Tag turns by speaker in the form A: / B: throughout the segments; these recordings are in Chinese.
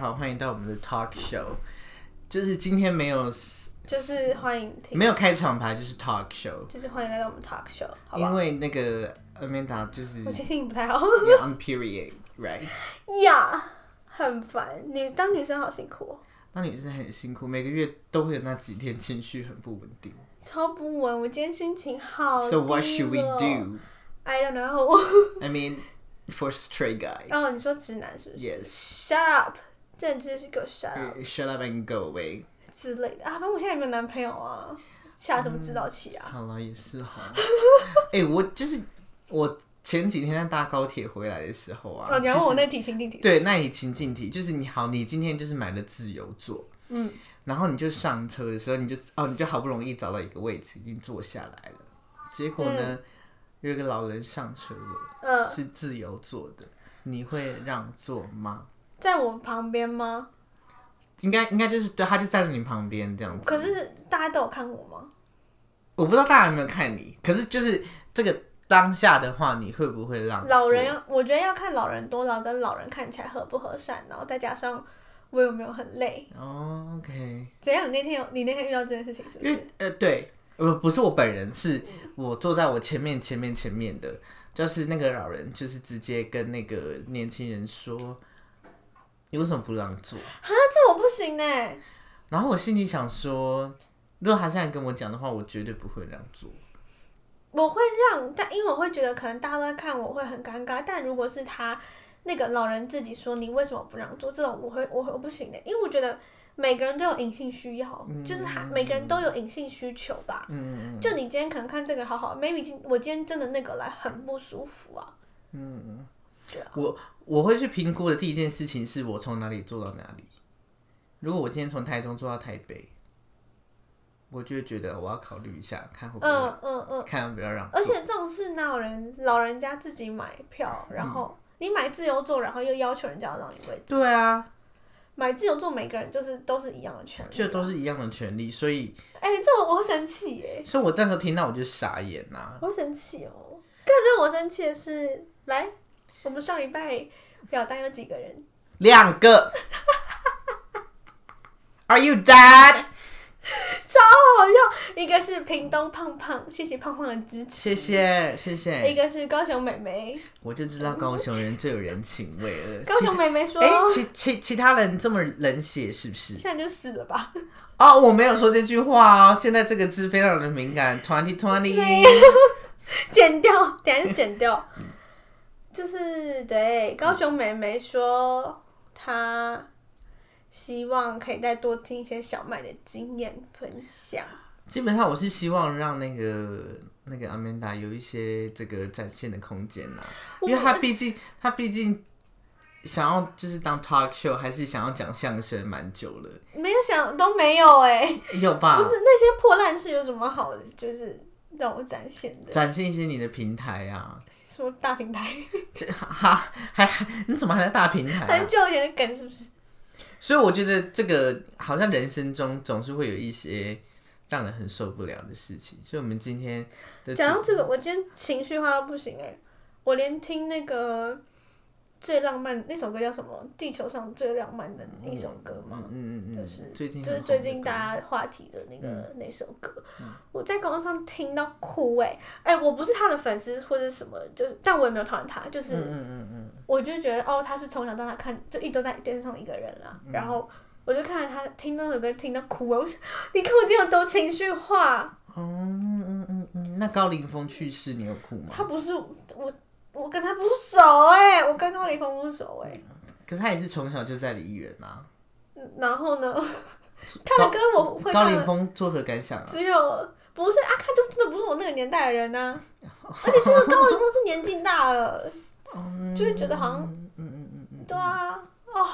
A: 好，欢迎到我们的 talk show。就是今天没有
B: 就是欢迎听，
A: 没有开场白，就是 talk show，
B: 就是欢迎来到我们 talk show，好不
A: 因
B: 好？
A: 为那个 Amanda 就是
B: 我觉得听不太好
A: you're on period right，
B: 呀，很烦。女当女生好辛苦、哦，
A: 那女生很辛苦，每个月都会有那几天情绪很不稳定。
B: 超不稳。我今天心情好低哦
A: So
B: 落。
A: what should we do?
B: I don't know 。
A: I mean, for straight guy,
B: 哦，你说直男是不是
A: yes. 嗯
B: ？Shut up，简直是个 shut up
A: 呃 Shut up and go away.
B: 之类的啊！反正我现在也没有男朋友啊，下什么指导棋啊？
A: 好了，也是哈。哎、我就是我前几天在搭高铁回来的时候啊，
B: 哦，你要问我
A: 就是
B: 那题情境题？
A: 对，那你情境题就是你好，你今天就是买了自由座，
B: 嗯，
A: 然后你就上车的时候，你就哦，你就好不容易找到一个位置，已经坐下来了。结果呢，有一个老人上车了，
B: 嗯、
A: 是自由座的，你会让座吗？
B: 在我旁边吗？
A: 应该应该就是对，他就站在你旁边这样子。
B: 可是大家都有看我吗？
A: 我不知道大家有没有看你，可是就是这个当下的话，你会不会让
B: 老人
A: 座？
B: 要，我觉得要看老人多老跟老人看起来和不和善，然后再加上我有没有很累。
A: 哦，OK，
B: 怎样？你那天有你那天遇到这件事情是不
A: 因
B: 是啊
A: 为？呃，对，呃，不是我本人，是我坐在我前面前面前面的，就是那个老人，就是直接跟那个年轻人说，你为什么不让座？
B: 哈，这我不行呢、
A: 然后我心里想说，如果他现在跟我讲的话，我绝对不会让座。
B: 我会让，但因为我会觉得可能大家都在看我，我会很尴尬。但如果是他那个老人自己说你为什么不让座，这种我会我会我不行的、因为我觉得每个人都有隐性需要，就是他每个人都有隐性需求吧。
A: 嗯
B: 就你今天可能看这个好好，maybe 今我今天真的那个来很不舒服啊。
A: 我我会去评估的第一件事情是我从哪里坐到哪里。如果我今天从台中坐到台北，我就会觉得我要考虑一下，看会不会、
B: 嗯嗯嗯。
A: 看要不要让座。
B: 而且这种事哪有人老人家自己买票，然后
A: 嗯
B: 你买自由座，然后又要求人家让你位置？
A: 对啊，
B: 买自由座，每个人就是都是一样的权利。
A: 就都是一样的权利，所以
B: 哎、这我我会生气耶、
A: 所以我那时候听到我就傻眼啊呐、
B: 我会生气哦、更让我生气的是，来，我们上礼拜表单有几个人？
A: 两个。Are you dead？
B: 超好哦笑！一个是屏东胖胖，谢谢胖胖的支持；
A: 谢谢谢谢，
B: 一个是高雄美眉，
A: 我就知道高雄人最有人情味了。
B: 高
A: 其
B: 雄美眉说
A: 哎、其其其他人这么冷血是不是：“？
B: 现在就死了吧。
A: 哦，我没有说这句话哦。现在这个字非常的敏感，twenty twenty，
B: 剪掉，等一下就剪掉。就是对高雄美眉说，她希望可以再多听一些小麦的经验分享。
A: 基本上我是希望让那个那个 Amanda 有一些这个展现的空间呐、因为她毕竟她毕竟想要就是当 talk show，还是想要讲相声蛮久了，
B: 没有想都没有哎、
A: 有吧
B: 不？是那些破烂事有什么好，就是让我展现的？
A: 展现一些你的平台啊，
B: 什么大平台？
A: 这哈还还你怎么还在大平台、啊
B: 很？久以前的梗是不是？
A: 所以我觉得这个好像人生中总是会有一些让人很受不了的事情，所以我们今天的主
B: 讲到这个，我今天情绪化到不行哎、我连听那个最浪漫那首歌叫什么？地球上最浪漫的一首歌吗？
A: 嗯嗯嗯，
B: 就是
A: 最近
B: 就是
A: 很
B: 最
A: 红的
B: 近
A: 歌嗯
B: 大家话题的那个、那首歌，我在公车上听到哭哎、哎、我不是他的粉丝或者什么，就是但我也没有讨厌他，就是、
A: 嗯嗯嗯
B: 我就觉得哦，他是从小到大看就一直都在电视上一个人啦，
A: 嗯
B: 然后我就看着他听那首歌听到哭哎、我想你看我今天有多情绪化，
A: 嗯，哦嗯嗯嗯，那高凌风去世你有哭吗？
B: 他不是我我跟他不熟哎、我跟高凌风不熟哎、
A: 可是他也是从小就在李艺人啊，
B: 嗯然后呢， 他的歌我会
A: 高
B: 唱
A: 凌
B: 的
A: 风作何感想啊？
B: 只有不是啊，他就真的不是我那个年代的人呐、 而且就是高凌风是年纪大了，
A: 嗯
B: 就会觉得好像
A: 嗯嗯嗯嗯，
B: 对啊，哦，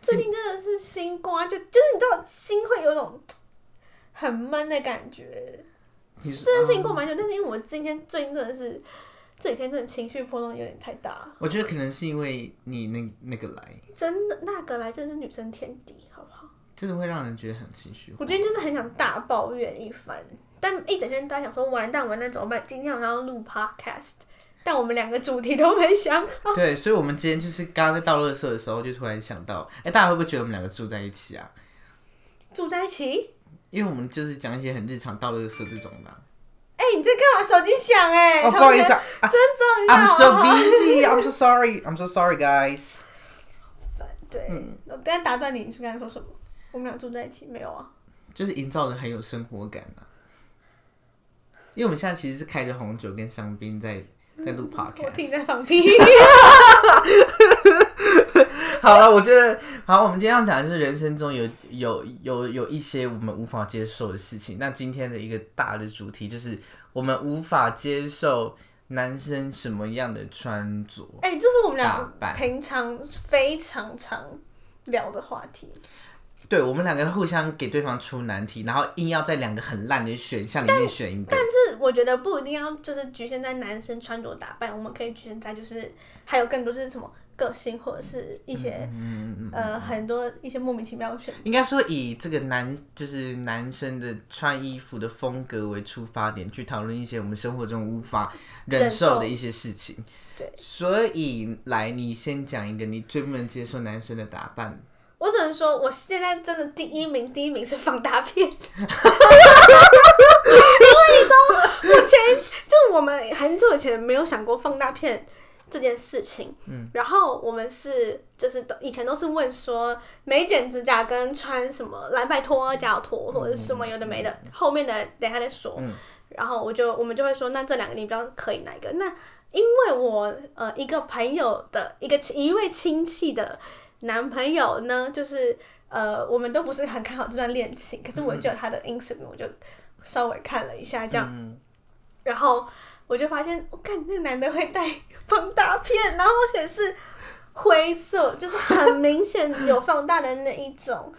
B: 最近真的是心瓜，就就是你知道心会有种很闷的感觉。
A: 你嗯
B: 这件事情过蛮久，但是因为我今天最近真的是这几天真的情绪波动有点太大，
A: 我觉得可能是因为你那那个来，
B: 真的那个来真的是女生天敌，好不好？
A: 真的会让人觉得很情绪化。
B: 我今天就是很想大抱怨一番，但一整天都在想说完蛋完蛋怎么办？今天晚上要录 podcast，但我们两个主题都没想。
A: 对，所以我们今天就是刚刚在倒垃圾的时候，就突然想到，哎、大家会不会觉得我们两个住在一起啊？
B: 住在一起？
A: 因为我们就是讲一些很日常倒垃圾这种的啊、
B: 哎、你在干嘛？手机响哎、
A: 哦，不好意思、啊、
B: 同学，真重要、
A: ，I'm
B: 啊。
A: so busy, I'm so sorry, I'm so sorry, guys。
B: 对，
A: 嗯
B: 我刚才打断你，你是刚才说什么？我们俩住在一起没有啊？
A: 就是营造的很有生活感啊。因为我们现在其实是开着红酒跟香槟在在录
B: 嗯我
A: podcast。
B: 听你在放屁。
A: 好了，我觉得好，我们今天要讲的是人生中有有有有一些我们无法接受的事情。那今天的一个大的主题就是我们无法接受男生什么样的穿着。
B: 哎、这是我们
A: 打
B: 俩
A: 扮
B: 平常非常常聊的话题。
A: 对我们两个互相给对方出难题，然后硬要在两个很烂的选项里面选一个。
B: 但是我觉得不一定要就是局限在男生穿着打扮，我们可以局限在就是还有更多就是什么个性或者是一些、呃很多一些莫名其妙的选择。
A: 应该说以这个男就是男生的穿衣服的风格为出发点，去讨论一些我们生活中无法忍受的一些事情。
B: 对，
A: 所以来你先讲一个你最不能接受男生的打扮。
B: 我只能说，我现在真的第一名，第一名是放大片。因为 你知道，我前就我们很久以前没有想过放大片这件事情。嗯，然后我们是就是都以前都是问说美剪指甲跟穿什么蓝白拖、假脚拖或者是什么有的没的，后面的等一下再说。然后我就我们就会说，那这两个你比较可以哪一个？那因为我呃一个朋友的一个亲一位亲戚的男朋友呢，就是呃我们都不是很看好这段恋情，可是我就有他的 Instagram，我就稍微看了一下这样，然后我就发现，我、看那个男的会戴放大片，然后而且是灰色，就是很明显有放大的那一种。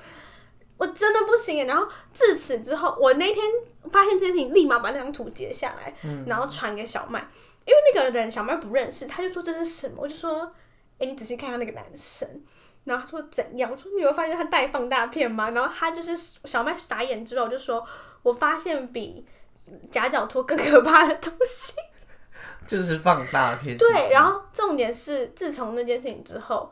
B: 我真的不行耶然后自此之后，我那天发现这件事情，立马把那张图截下来，然后传给小麦，因为那个人小麦不认识，他就说这是什么，我就说，哎、你仔细看看那个男生，然后他说怎样？我说你有发现他戴放大片吗？然后他就是小麦傻眼之后，我就说我发现比夹脚拖更可怕的东西。
A: 就是放大片，是不
B: 对，
A: 是
B: 然后重点是，自从那件事情之后，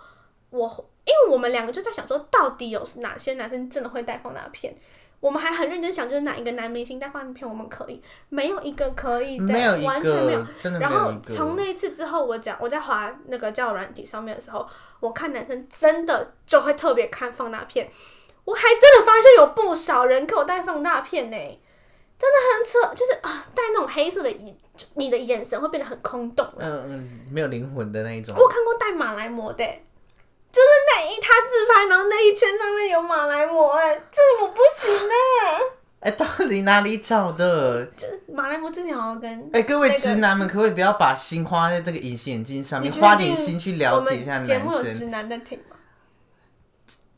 B: 我因为我们两个就在想说，到底有哪些男生真的会带放大片？我们还很认真想，就是哪一个男明星带放大片，我们可以没有一个可以的，
A: 没有一
B: 完全没有。
A: 个，真的没
B: 然
A: 有
B: 后
A: 一个。
B: 从那一次之后，我讲我在滑那个交友软体上面的时候，我看男生真的就会特别看放大片，我还真的发现有不少人给我带放大片呢、真的很扯，就是啊，带那种黑色的眼，就你的眼神会变得很空洞。
A: 嗯嗯，没有灵魂的那一种
B: 我。有看过带马来貘的、就是那一他自拍，然后那一圈上面有马来貘、哎，这我不行哎、
A: 哎、到底哪里找的？
B: 就是马来貘之前好像跟
A: 哎、各位
B: 那个
A: 直男们，可不可以不要把心花在这个隐形眼镜上面，
B: 你确
A: 花点
B: 定
A: 心去
B: 我
A: 了解一下
B: 们
A: 男
B: 节目有
A: 生？
B: 直男在听吗？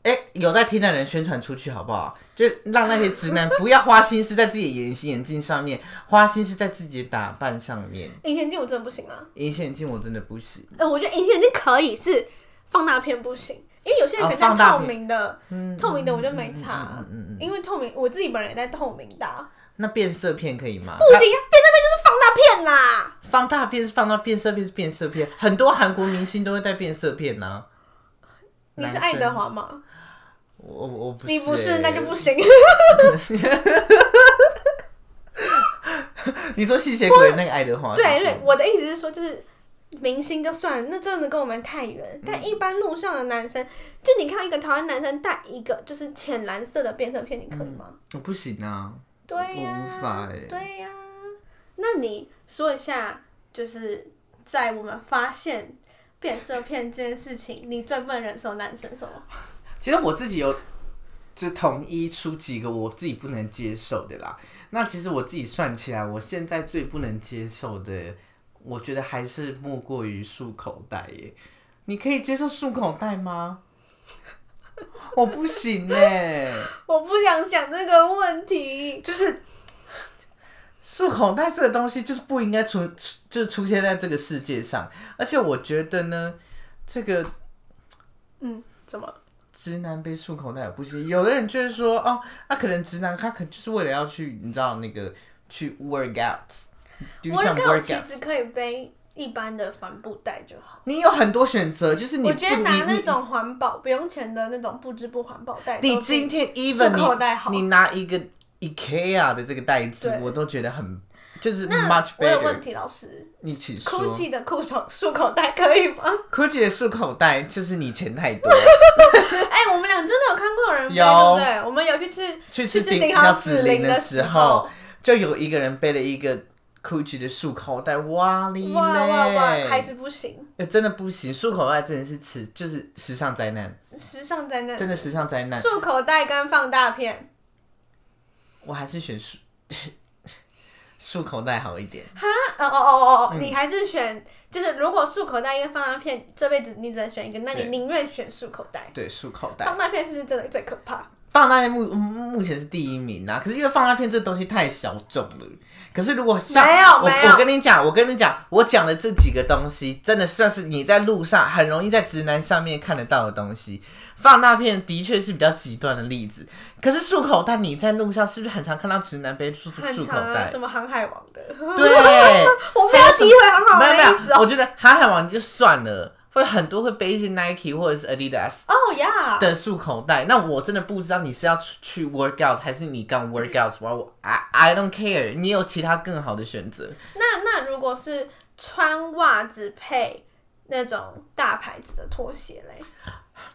A: 哎、有在听的人宣传出去好不好？就让那些直男不要花心思在自己的隐形眼镜上面，花心思在自己的打扮上面。
B: 隐形眼镜我真的不行啊，
A: 隐形眼镜我真的不行，
B: 呃，我觉得隐形眼镜可以，是放大片不行，因为有些人
A: 哦
B: 可能戴
A: 放大
B: 透
A: 片嗯
B: 明的，透明的我就没差，因为透明我自己本人也戴透明的啊、
A: 那变色片可以吗？
B: 不行啊，变那边就是放大片啦。
A: 它放大片是放到变色片是变色片，很多韩国明星都会戴变色片啊呢、
B: 你是
A: 男
B: 爱德
A: 生
B: 华吗？
A: 我我不是、欸
B: 你不是，那就不。行。
A: 你说吸血鬼那个爱德华是不是？
B: 对对，我的意思是说，就是明星就算了，那真的跟我们太
A: 嗯
B: 远。但一般路上的男生，就你看到一个台湾男生戴一个就是浅蓝色的变色片，你可
A: 嗯
B: 以吗？
A: 我不行啊。
B: 对呀、
A: 我无法欸
B: 对呀、那你说一下，就是在我们发现变色片这件事情，你最不能忍受男生 什么？
A: 其实我自己有就统一出几个我自己不能接受的啦。那其实我自己算起来，我现在最不能接受的，我觉得还是莫过于束口袋耶。你可以接受束口袋吗？ 我不行呢、
B: 我不想想这个问题。
A: 就是束口袋这个东西就是不应该出，出就是出现在这个世界上。而且我觉得呢，这个
B: 嗯，怎么了？
A: 直男被束口袋也不行，有的人就是说，哦，他、可能直男他可能就是为了要去，你知道那个去 work out，do
B: 我
A: some
B: 的我其
A: workout，
B: 实可以背一般的帆布袋就好。
A: 你有很多选择，就是你
B: 我
A: 不
B: 觉得拿
A: 你
B: 那
A: 你
B: 种环保不用钱的那种不织布环保袋都比，
A: 你今天 even
B: 口袋好
A: 你你拿一个 IKEA 的这个袋子
B: 对，
A: 我都觉得很就是 much
B: 那我有
A: better
B: 问。题，老师
A: 你请说
B: ，GUCCI 的裤手束口袋可以吗？
A: ，GUCCI 的束口袋就是你钱太多，
B: 哎、我们俩真的有看过有人背，
A: 有
B: 对不对？我们有去吃
A: 去
B: 去
A: 吃
B: 吃
A: 顶
B: 顶
A: 要
B: 好
A: 紫
B: 菱
A: 菱的
B: 时
A: 时候，，就有一个人背了一个 GUCCI 的束口袋，哇哩
B: 哇哇哇，还
A: 嘞！
B: 是不行，
A: 哎真的不行，束口袋真的是吃就是时尚灾难，
B: 时尚在那
A: 真的时尚灾难。
B: 束口袋跟放大片，
A: 我还是选束束口袋好一点。
B: 哈，哦哦哦哦，
A: 嗯
B: 你还是选，就是如果束口袋跟放大片，这辈子你只能选一个，那你
A: 对
B: 宁愿选束口袋。
A: 对，束口袋。
B: 放大片是不是真的最可怕？
A: 放大片目嗯目目前是第一名啊，可是因为放大片这东西太小众了。可是如果像
B: 没有没
A: 我
B: 有
A: 我跟你讲，我跟你讲，我讲的这几个东西，真的算是你在路上很容易在直男上面看得到的东西。放大片的确是比较极端的例子，可是束口袋你在路上是不是很常看到直男背束束
B: 很
A: 束口
B: 长啊，
A: 袋？
B: 什么航海王 的，
A: 对，
B: 我没有诋毁航海
A: 没有没
B: 王的意思
A: 有，
B: 哦。
A: 我觉得航海王就算了，会很多会背一些 Nike 或者是 Adidas
B: 哦呀，
A: 的束口袋，那我真的不知道你是要去去 workout 还是你刚 workout，我我 I I don't care，你有其他更好的选择。
B: 那那如果是穿袜子配那种大牌子的拖鞋嘞，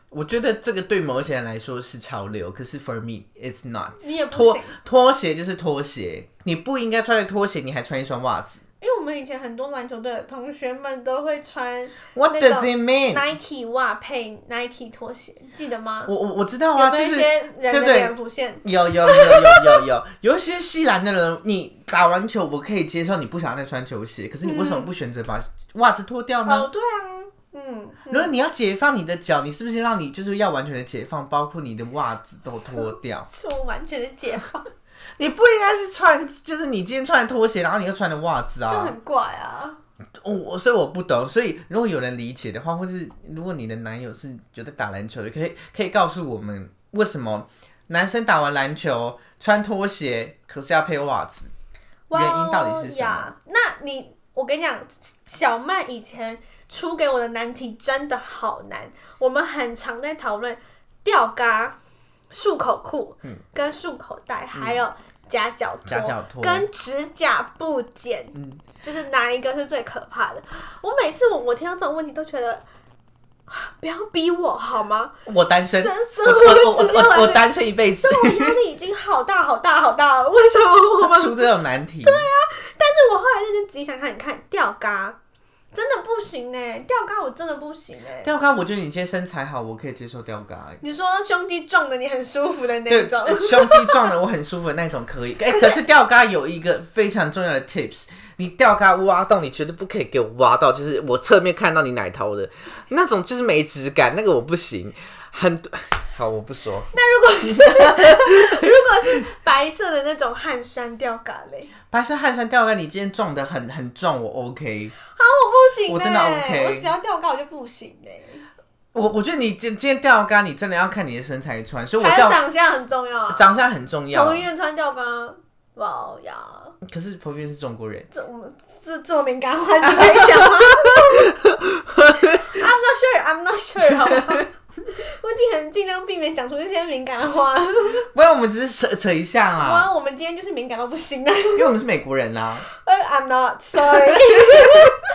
A: 我觉得这个对某些人来说是潮流，可是 for me it's not。
B: 你也不
A: 拖
B: 行，
A: 拖鞋就是拖鞋，你不应该穿着拖鞋，你还穿一双袜子。
B: 因为我们以前很多篮球队的同学们都会穿
A: What
B: 那
A: does
B: 种
A: it mean？
B: Nike 袜配 Nike 拖鞋，记得吗？
A: 我我我知道啊，
B: 有没
A: 就
B: 有一
A: 是
B: 些人
A: 对
B: 的
A: 对
B: 脸浮现？
A: 有有有有有有，有一些西兰的人，你打完球我可以接受，你不想再穿球鞋，可是你为什么不选择把袜子脱掉呢？
B: 哦，对啊，嗯，
A: 如果你要解放你的脚，你是不是让你就是要完全的解放，包括你的袜子都脱掉？
B: 是我完全的
A: 啊
B: 解放，
A: 你不应该是穿，就是你今天穿的拖鞋，然后你又穿的袜子
B: 就
A: 啊。
B: 很怪啊。
A: 我我所以我不懂，所以如果有人理解的话，或是如果你的男友是有在打篮球的，可以可以告诉我们为什么男生打完篮球穿拖鞋，可是要配袜子。原因到底是什么
B: 哇呀那你，我跟你讲，小曼以前出给我的难题真的好难，我们很常在讨论吊嘎、束口裤、跟束口袋，还有夹脚拖、
A: 嗯夹脚拖嗯
B: 跟指甲不剪，就是哪一个是最可怕的？我每次我我听到这种问题都觉得。啊不要逼我好吗？
A: 我单身，
B: 生生
A: 我我
B: 活
A: 我
B: 直接完
A: 我我
B: 蛋
A: 单身一辈子
B: 生，活压力已经好大好大好大了，为什么我们
A: 出这种难题。对啊，
B: 但是我后来认真仔细想看，你看吊嘎真的不行呢、吊嘎我真的不行哎、
A: 吊啊杆，我觉得你今天身材好，我可以接受吊杆、欸。
B: 你说胸肌重的你很舒服的那
A: 对，
B: 种，
A: 呃胸肌壮的我很舒服的那种可以。哎、可是吊嘎有一个非常重要的 tips，你吊嘎挖洞，你绝对不可以给我挖到，就是我侧面看到你奶头的那种，就是没质感，那个我不行。很多好，我不说。
B: 那如果是 如果是白色的那种汗衫吊嘎嘞，
A: 白色汗衫吊嘎，你今天撞的很很壮，我 OK。
B: 啊我不行、欸，
A: 我真的 OK
B: 我只要吊嘎我就不行哎、
A: 我我觉得你今今天吊嘎，你真的要看你的身材穿，所以我
B: 还有
A: 吊
B: 长相很重要啊，
A: 长相很重要
B: 彭。于晏穿吊嘎。哇哦呀，
A: 可是彭于晏是中国人，
B: 这我们这这么敏感话题可以讲吗？I'm not sure, I'm not sure 好吗？我已经很尽量避免讲出这些敏感的话。
A: 不然我们只是扯扯一下啦，
B: 哇，我们今天就是敏感到不行了。
A: 因为我们是美国人啊啦，
B: 呃 I'm not sorry。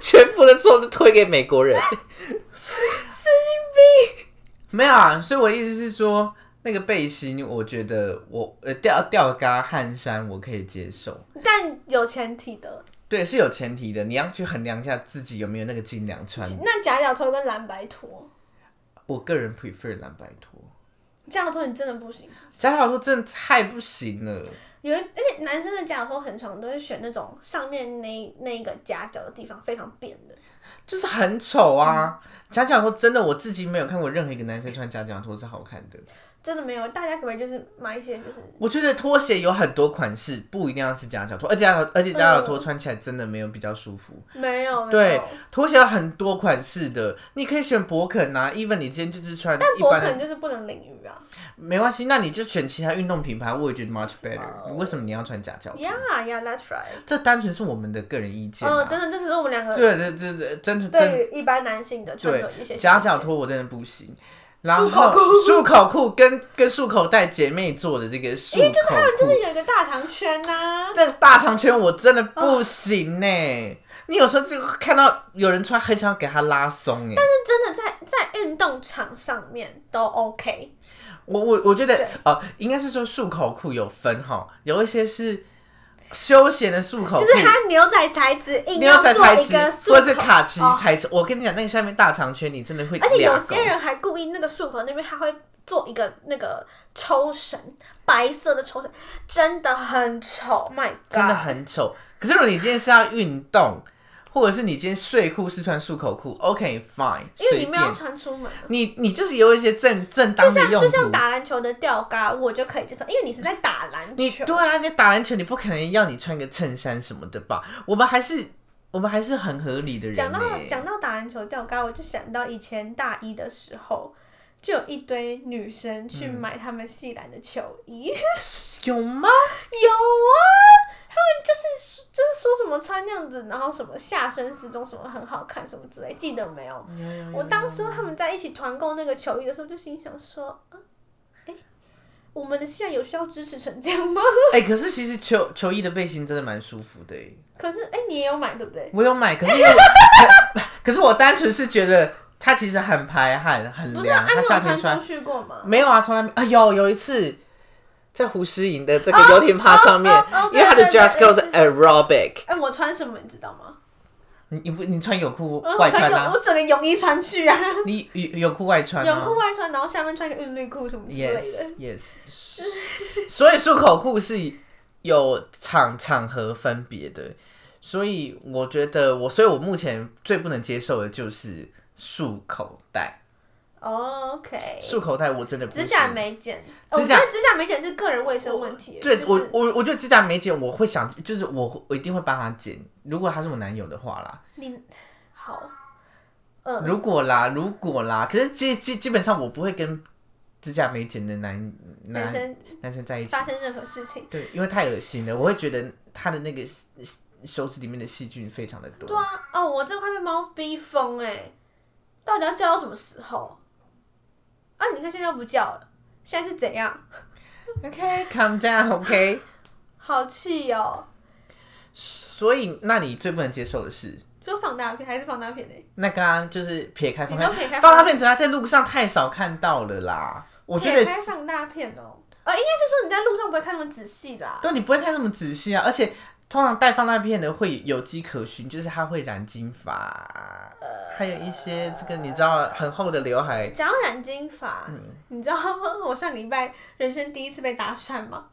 A: 全部的错都推给美国 人。
B: 神经病。
A: 没有啊，所以我的意思是说，那个背心，我觉得我呃吊吊嘎汗衫我可以接受，
B: 但有前提的，
A: 对，是有前提的，你要去衡量一下自己有没有那个斤两穿。
B: 那夹脚拖跟蓝白拖，
A: 我个人 prefer 蓝白拖，
B: 夹脚拖你真的不行。
A: 夹脚拖真的太不行了，
B: 有一，而且男生的夹脚拖很常都是选那种上面那那一个夹脚的地方非常扁的，
A: 就是很丑啊。假假拖真的，我至今没有看过任何一个男生穿假假拖是好看的。
B: 真的没有，大家可不可以就是买一些就是
A: 我觉得拖鞋有很多款式，不一定要是夹脚拖，而且夹脚而且夹脚拖穿起来真的没有比较舒服。
B: 没嗯哦有没有
A: 对，拖鞋有很多款式的，你可以选勃肯啊，even 你今天就是穿
B: 但
A: 一
B: 勃
A: 般的
B: 肯就是不能淋雨啊。
A: 没关系，那你就选其他运动品牌，我也觉得 much
B: 哦
A: better。你为什么你要穿夹脚拖？
B: Yeah, yeah, that's right.
A: 这单纯是我们的个人意见、啊。
B: 嗯，真的，这只是我们两个
A: 对对对对，真的真
B: 对于一般男性的穿着一些
A: 夹脚
B: 小意见
A: 拖我真的不行。然后
B: 束口裤
A: 束口裤跟跟束口袋姐妹做的这个束口裤，
B: 他们就是有一个大长圈啊呐、
A: 但大长圈我真的不行呢、你有时候就看到有人穿，很想给他拉松哎、
B: 但是真的在在运动场上面都 OK。
A: 我我我觉得
B: 对
A: 哦、应该是说束口裤有分哈，有一些是休闲的束口裤，
B: 就是它牛仔材质硬
A: 你要
B: 要
A: 在
B: 做
A: 材
B: 一
A: 质
B: 个束口，
A: 或者是卡其
B: 哦
A: 材质，我跟你讲，那个下面大长圈你真的会
B: 而且有
A: 俩狗
B: 些人还故意那个束口那边他会做一个那个抽绳，白色的抽绳，真的很丑，My God！
A: 真的很丑。可是如果你今天是要运动，或者是你今天睡裤是穿束口裤，OK fine，
B: 因为
A: 随
B: 你没
A: 便
B: 有。穿出门啊。
A: 你你就是有一些正正当
B: 就
A: 的
B: 像
A: 用
B: 就像
A: 途。
B: 打篮球的吊嘎，我就可以接受，因为你是在打篮
A: 你
B: 球。
A: 对啊，你打篮球，你不可能要你穿个衬衫什么的吧？我们还是我们还是很合理的人、欸。
B: 讲到讲到打篮球吊杆，我就想到以前大一的时候，就有一堆女生去买她们系篮的球衣。
A: 有吗？
B: 有啊，他们就是就是说什么穿那样子，然后什么下身失踪什么很好看什么之类，记得没有？我当时他们在一起团购那个球衣的时候，就心想说，啊，哎、我们的现在有需要支持成这样吗？
A: 哎、可是其实球球衣的背心真的蛮舒服的、欸，
B: 可是哎、你也有买对不对？
A: 我有买，可是因 为我可是我单纯是觉得它其实很排汗，很
B: 不是
A: 凉，
B: 啊安
A: 它夏
B: 诺
A: 天
B: 穿
A: 穿
B: 出去过吗？
A: 没有啊，从来没啊有有一次。在胡诗颖的这个游艇趴上面
B: 哦哦哦
A: 因为它的
B: 对对
A: dress
B: 对
A: code 是 aerobic，
B: 哎、我穿什么你知道吗？
A: 你你不你穿泳裤
B: 嗯
A: 外
B: 我穿
A: 穿
B: 泳，
A: 啊，
B: 我整个泳衣穿去啊，
A: 你泳泳裤外穿啊，
B: 泳裤外穿，然后下面穿一个韵律裤什么之类的。
A: Yes, yes. 所以漱口裤是有场场合分别的，所以我觉得我，所以我目前最不能接受的就是束口袋。
B: 哦 OK，
A: 束口袋我真的不
B: 指
A: 行
B: 甲没剪，呃
A: 指甲
B: 我觉得指甲没剪是个人卫生问题。
A: 对、
B: 就是
A: 我我我觉得指甲没剪，我会想，就是我我一定会帮他剪。如果他是我男友的话啦，
B: 你好，嗯，
A: 如果啦，如果啦，可是基基基本上我不会跟指甲没剪的男
B: 人
A: 男
B: 生
A: 男生在一起。
B: 发生任何事情，
A: 对，因为太恶心了，我会觉得他的那个细手指里面的细菌非常的多。
B: 对啊，哦，我这快被猫逼疯哎、到底要叫到什么时候？啊，你看现在又不叫了，现在是怎样？
A: OK，calm、down，OK、
B: 好气哦！
A: 所以，那你最不能接受的是，
B: 就放大片还是放大片哎、
A: 那刚刚就是撇开放
B: 你
A: 大
B: 说撇开
A: 放大片，只他在路上太少看到了啦。我觉
B: 撇
A: 得
B: 开，哎放大片哦，呃，应该是说你在路上不会看那么仔细啦。
A: 对，你不会看那么仔细啊，而且通常带放大片的会有迹可循，就是它会染金发，还有一些这个你知道很厚的刘海，
B: 讲到染金发，
A: 嗯
B: 你知道我上礼拜人生第一次被搭讪吗？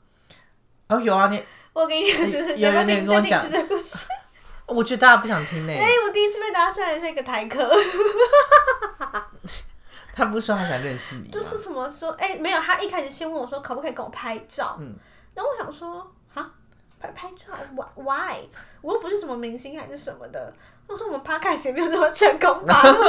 A: 哦有啊，你
B: 我跟你讲，
A: 你
B: 就是
A: 哎有
B: 要不要
A: 有
B: 听
A: 你跟我
B: 再听
A: 讲
B: 这个故 事？
A: 我觉得大家不想听呢、
B: 哎、我第一次被搭讪那个台客，
A: 嗯他不是说他想认识你吗？
B: 就是什么说，哎、没有，他一开始先问我说可不可以跟我拍照，嗯，然后我想说，啊，拍拍照，why why？我又不是什么明星还是什么的，我说我们 podcast 也没有那么成功 吧，然后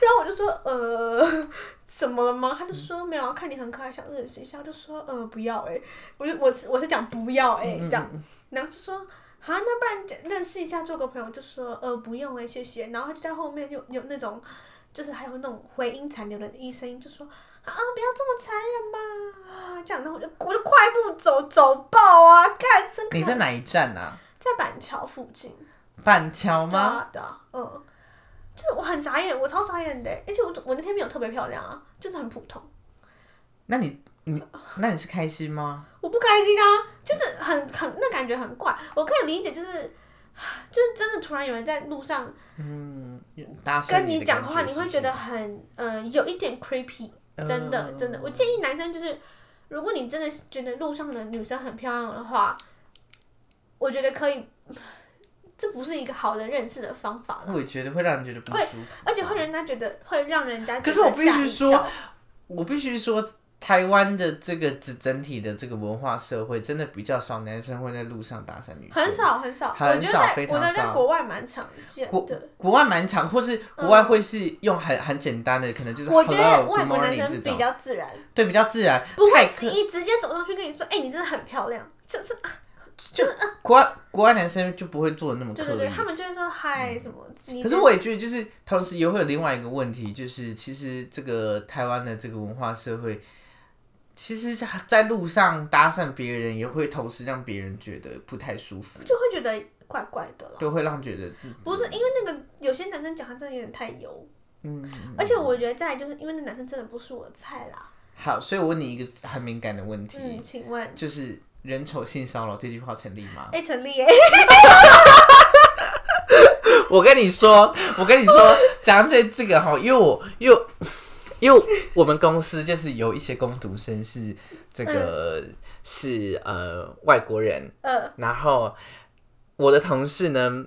B: 然后我就说，呃，怎么了吗？他就说没有啊，看你很可爱，想认识一下，我就说，呃，不要哎、我就我是我是讲不要哎、
A: 嗯
B: 这样，然后就说。啊，那不然认识一下，做个朋友，就说呃不用哎、谢谢。然后他就在后面有有那种就是还有那种回音残留的医生就说啊，不要这么残忍嘛，这样，然后我就我就快步走走爆啊，干真
A: 你
B: 可
A: 在哪一站啊？
B: 在板桥附近，
A: 板桥
B: 对
A: 吗？
B: 啊对啊，嗯，就是我很傻眼，我超傻眼的，而且我我那天没有特别漂亮啊，就是很普通，
A: 那你你那你是开心吗？
B: 我不开心啊，就是很很那感觉很怪，我可以理解，就是 就是真的突然有人在路上
A: 搭讪
B: 跟
A: 你
B: 你
A: 的
B: 讲
A: 感
B: 话，你
A: 是嗯
B: 会
A: 不
B: 觉
A: 是
B: 得很嗯、呃有一点 creepy。真的真的，我建议男生就是，如果你真的觉得路上的女生很漂亮的话，我觉得可以 这不是一个好的认识的方法啦，
A: 我也觉得会让人觉得不舒服。
B: 而且会让人家觉得会让人家
A: 嗯可
B: 觉得
A: 是我必须
B: 吓一
A: 说
B: 跳，
A: 我必须说，台湾的这个整整体的这个文化社会，真的比较少男生会在路上搭讪女生，
B: 很。少很少，
A: 很
B: 我觉得
A: 少
B: 在
A: 非
B: 我
A: 常
B: 觉得在
A: 少
B: 国外蛮常见
A: 国
B: 的。
A: 国外蛮常，或是国外会是用很很简单的，可能就是
B: 我觉
A: hello
B: 得
A: good
B: 外国男
A: morning
B: 生
A: 这
B: 比
A: 种，
B: 较自然，
A: 对比较自然，
B: 不
A: 太
B: 会
A: 刻
B: 直一直接走上去跟你说，哎、你真的很漂亮，就是
A: 就国外国外男生就不会做的那么刻
B: 对
A: 意。嗯
B: 对对，他们就会说嗨什么。你
A: 可是
B: 真
A: 我也觉得，就是同时也会有另外一个问题，就是其实这个台湾的这个文化社会，其实是在路上搭讪别人，也会同时让别人觉得不太舒服，
B: 就会觉得怪怪的了。
A: 就会让觉得嗯
B: 不是因为那个有些男生讲话真的有点太油，
A: 嗯。
B: 而且我觉得再来就是因为那男生真的不是我的菜啦。
A: 好，所以我问你一个很敏感的问题，
B: 嗯， 请问，
A: 就是“人丑性骚扰”这句话成立吗？
B: 哎、陈立，哎，
A: 我跟你说，我跟你 说，讲这这个哈，因为我因为因为我们公司就是有一些工读生是这个、
B: 嗯
A: 是呃外国人，
B: 呃，
A: 然后我的同事呢，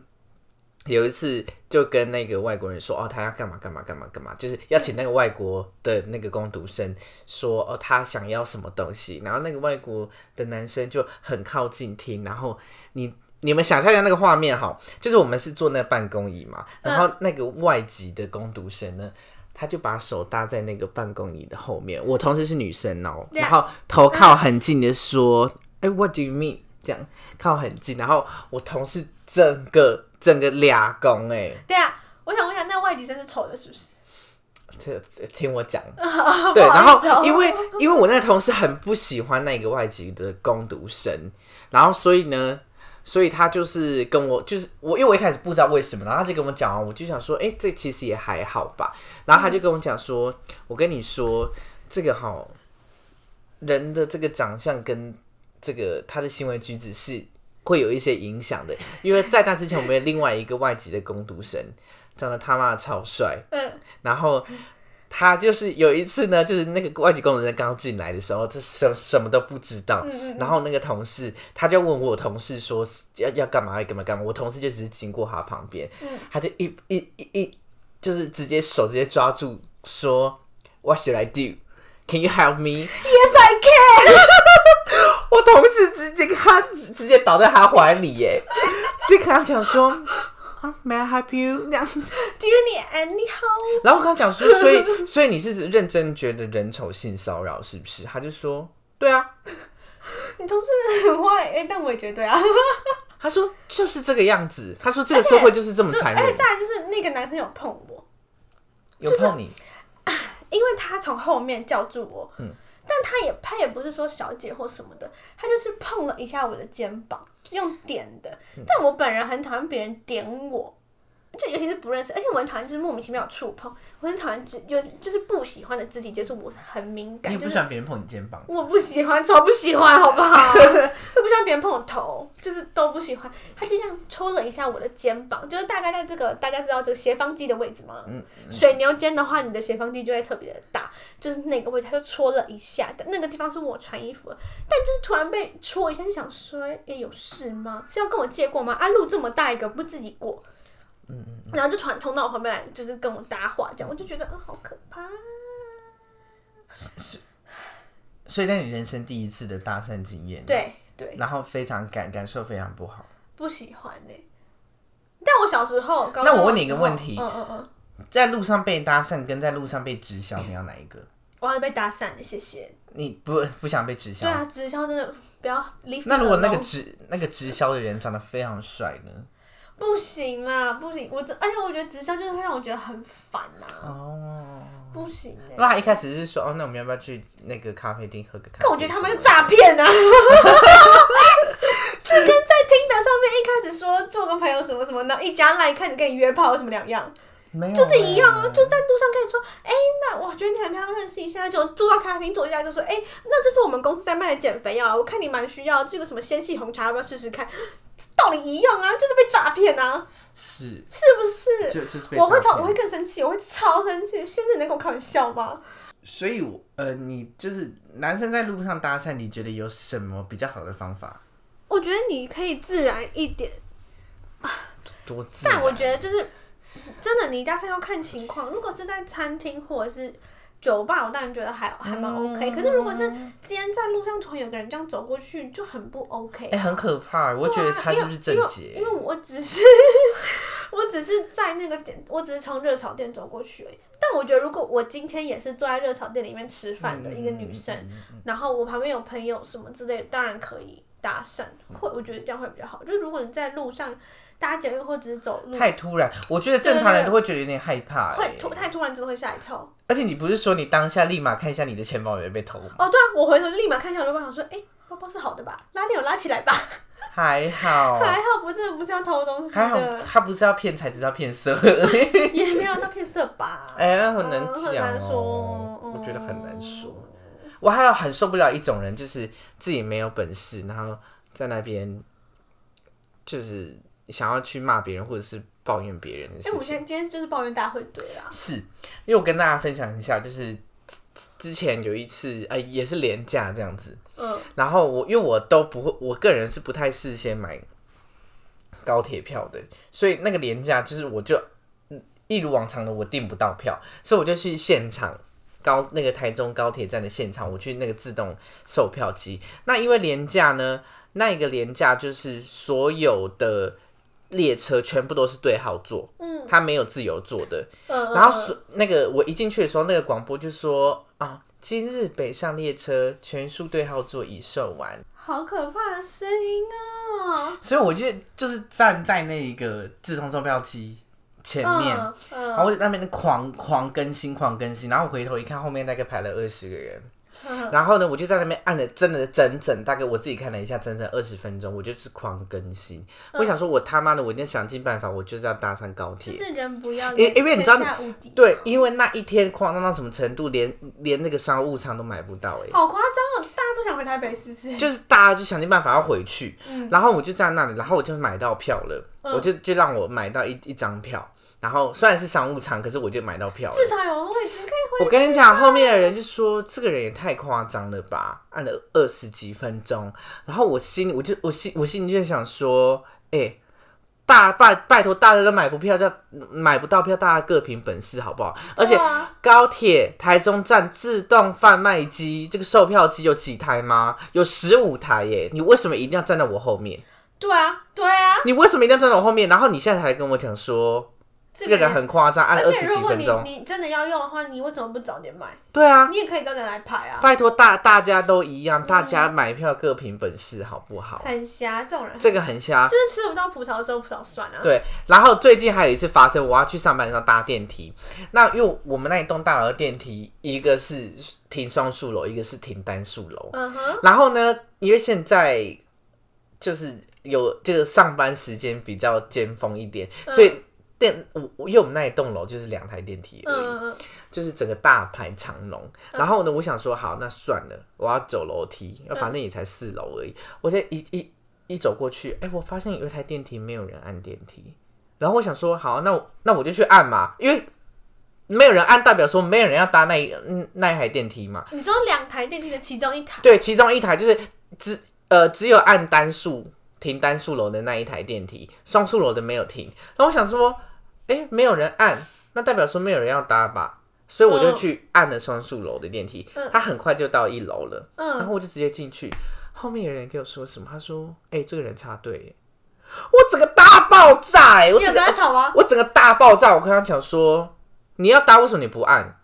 A: 有一次就跟那个外国人说，哦，他要干嘛干嘛干嘛干嘛，就是要请那个外国的那个工读生说，哦，他想要什么东西，然后那个外国的男生就很靠近听，然后你。你们想象一下那个画面好，就是我们是坐那办公椅嘛，然后那个外籍的工读生呢，他就把手搭在那个办公椅的后面。我同事是女生哦，
B: 对
A: 然
B: 啊
A: 后头靠很近的说：“哎、w h a t do you mean？” 这样靠很近，然后我同事整个整个俩拱哎，
B: 对啊，我想问一下，那外籍生是丑的，是不 是？
A: 这这听我讲，对，
B: 对
A: 然后因为因为我那个同事很不喜欢那个外籍的攻读生，然后所以呢，所以他就是跟我就是我，因为我一开始不知道为什么，然后他就跟我讲完，我就想说，哎、这其实也还好吧。然后他就跟我讲说，我跟你说，这个哈，人的这个长相跟这个他的行为举止是会有一些影响的，因为在他之前我们有另外一个外籍的攻读生，长得他妈的超帅，
B: 嗯，
A: 然后他就是有一次呢，就是那个外籍工人刚进来的时候，他什什么都不知道。然后那个同事他就问我同事说要要干嘛要干嘛干嘛，我同事就只是经过他旁边，他就一一一一就是直接手直接抓住说 What should I do? Can you help me?
B: Yes I can。
A: 我同事直接跟他直直接倒在他怀里耶，直接跟他讲说啊 May I help you？那样子。
B: Do you need any help？
A: 然后我刚讲说，所以 所以你是认真觉得人丑性骚扰是不是？他就说，对啊，
B: 你同事很坏，哎、但我也觉得对啊。
A: 他说就是这个样子，他说这个社会就是这么
B: 就
A: 残
B: 而且
A: 忍，
B: 再来就是那个男生有碰我，
A: 有碰你，
B: 因为他从后面叫住我，嗯，但他也他也不是说小姐或什么的，他就是碰了一下我的肩膀，用点的。但我本人很讨厌别人点我，就尤其是不认识，而且我很讨厌就是莫名其妙的触碰，我很讨厌肢就是就是不喜欢的肢体接触，我很敏
A: 你
B: 感，
A: 也
B: 就
A: 不
B: 是
A: 喜欢别人碰你肩膀，
B: 我不喜欢，超不喜欢，好不好？我不喜欢别人碰我头，就是都不喜欢。他就这样戳了一下我的肩膀，就是大概在这个大家知道这个斜方肌的位置吗？水牛肩的话，你的斜方肌就会特别的大，就是那个位置，他就戳了一下。但那个地方是我穿衣服的，但就是突然被戳一下，就想说，哎、有事吗？是要跟我借过吗？啊，路这么大一个，不自己过。然后就突然冲到我旁边来，就是跟我搭话，这样我就觉得，嗯，好可怕。
A: 所以在你人生第一次的搭讪经验，，
B: 对对，
A: 然后非常感感受非常不好。
B: 不喜欢呢、但我小时候，高中
A: 那我问你
B: 的时
A: 一个
B: 候
A: 问题
B: 嗯嗯嗯，
A: 在路上被搭讪跟在路上被直销，你要哪一个？
B: 我要被打散了，谢谢。
A: 你不不想被直销
B: 对？啊，直销真的不要离。
A: 那如果那个直那个直销的人长得非常帅呢？
B: 不行啦，不行，我这而且我觉得直销就是会让我觉得很烦呐、
A: 哦，
B: 不行哎、
A: 那他一开始是说哦，那我们要不要去那个咖啡厅喝个咖啡？
B: 但我觉得他们是诈骗 啊！这跟在听的上面一开始说做个朋友什么什么，然后一加赖开始跟你约炮有什么两样？
A: 没有，欸
B: 就是一样啊，就在路上跟你说，哎、那我觉得你很漂亮，认识一下。就住到咖啡厅坐下来就说，哎、那这是我们公司在卖的减肥药啊，我看你蛮需要，这个什么纤细红茶要不要试试看？道理一样啊，就是被诈骗啊，
A: 是，
B: 是不是？
A: 就就是被
B: 呃我会
A: 诈
B: 超，
A: 骗
B: 我会更生气，我会超生气。先生，你在跟我开玩笑吗？
A: 所以我，呃，你就是男生在路上搭讪，你觉得有什么比较好的方法？
B: 我觉得你可以自然一点，
A: 多自然。
B: 但我觉得就是真的，你搭讪要看情况。如果是在餐厅或者是酒吧，我当然觉得还还蛮
A: 嗯
B: OK、可是如果是今天在路上突然有个人这样走过去，就很不 OK 啊
A: 哎、。很可怕，我觉得他是不是
B: 因
A: 正
B: 为因
A: 解？
B: 为我只是 我只是在那个点，我只是从热炒店走过去而已。但我觉得，如果我今天也是坐在热炒店里面吃饭
A: 嗯
B: 的一个女生，然后我旁边有朋友什么之类的，当然可以搭讪，会我觉得这样会比较好。就是如果你在路上搭捷运或者是走路，
A: 太突然，我觉得正常人都会觉得有点害怕、
B: 会
A: 哎
B: 突太突然，真的会吓一跳。
A: 而且你不是说你当下立马看一下你的钱包有没有被偷吗？
B: 哦，对啊，我回头立马看向我老板，想说，哎、包包是好的吧？拉链有拉起来吧？
A: 还好，
B: 还好不是不是要偷东西
A: 哦还好
B: 的，
A: 他不是要骗财，只是要骗色。
B: 也没有到骗色吧？
A: 哎、那很难
B: 嗯很
A: 讲
B: 难
A: 哦
B: 说、嗯
A: 我觉得很难说。我还有很受不了一种人，就是自己没有本事，然后在那边就是想要去骂别人或者是抱怨别人的
B: 哎、
A: 事
B: 我
A: 情。
B: 现在今天就是抱怨大会对啦。
A: 是因为我跟大家分享一下，就是之之前有一次，呃，也是廉价这样子，
B: 嗯，
A: 然后我因为我都不会，我个人是不太事先买高铁票的，所以那个廉价就是我就嗯一如往常的我订不到票，所以我就去现场高那个台中高铁站的现场，我去那个自动售票机。那因为廉价呢，那一个廉价就是所有的列车全部都是对号座，
B: 嗯，
A: 它没有自由座的，
B: 嗯
A: 然后所那个我一进去的时候，那个广播就说啊，今日北上列车全数对号座已售完，
B: 好可怕的声音啊！
A: 所以我就就是站在那一个自动售票机前面，
B: 嗯
A: 然
B: 嗯
A: 后我就在那边狂狂更新狂更新，然后我回头一看，后面大概排了二十个人，
B: 嗯
A: 然后呢，我就在那边按了真的整整大概我自己看了一下，整整二十分钟，我就是狂更新，我想说我他妈的，我一定想尽办法，我就是要搭上高
B: 嗯就
A: 铁。
B: 是人不要
A: 因因为你知道
B: 天下无敌，啊
A: 对，因为那一天夸张到什么程度，连连那个商务舱都买不到哎、
B: 好夸张哦！大家都想回台北是 不是？
A: 就是大家就想尽办法要回去，
B: 嗯
A: 然后我就站那里，然后我就买到票了，我就就让我买到一一张票，然后虽然是商务舱，可是我就买到票了。
B: 至少有位置可以回。
A: 我跟你讲，后面的人就说这个人也太夸张了吧，按了二十几分钟，然后我心里我就我心我心里就想说，哎、大拜拜托，大家都买不票，叫嗯买不到票，大家各凭本事好不好？而且
B: 对啊
A: 高铁台中站自动贩卖机这个售票机有几台吗？有十五台耶！你为什么一定要站在我后面？
B: 对啊，对啊，
A: 你为什么一定要站在我后面？然后你现在才跟我讲说这个人很夸张，按了
B: 而
A: 二
B: 且
A: 十
B: 如
A: 几
B: 果
A: 分
B: 你
A: 钟。
B: 你真的要用的话，你为什么不早点买？
A: 对啊，
B: 你也可以早点来排啊。
A: 拜托大大家都一样，大家买票各凭本事，好不好？
B: 很瞎，这种人
A: 这个很瞎。
B: 就是吃不到葡萄的时候葡萄酸啊。
A: 对，然后最近还有一次发生，我要去上班的时候搭电梯，那因为我们那一栋大楼的电梯，一个是停双数楼，一个是停单数楼。
B: 嗯哼，
A: 然后呢，因为现在就是有这个上班时间比较尖峰一点，所以电我我因为我们那一栋楼就是两台电梯而已，
B: 嗯嗯
A: 就是整个大排长龙。然后呢，我想说好，那算了，我要走楼梯，反正也才四楼而已。我现在一一一走过去，哎、我发现有一台电梯没有人按电梯，然后我想说好，那我那我就去按嘛，因为。没有人按，代表说没有人要搭那一嗯那一台电梯嘛？
B: 嗯，你说两台电梯的其中一台，
A: 对，其中一台就是只呃只有按单数停单数楼的那一台电梯，双数楼的没有停。然后我想说，哎、没有人按，那代表说没有人要搭吧？所以我就
B: 嗯
A: 去按了双数楼的电梯，它很快就到一楼了，然
B: 嗯，
A: 后我就直接进去。后面有人跟我说什么？他说：“哎、这个人插队耶。”我整个大爆炸、欸，我
B: 你
A: 整
B: 有跟
A: 个
B: 他吵吗？
A: 我整个大爆炸，我跟他讲说，你要打为什么你不按？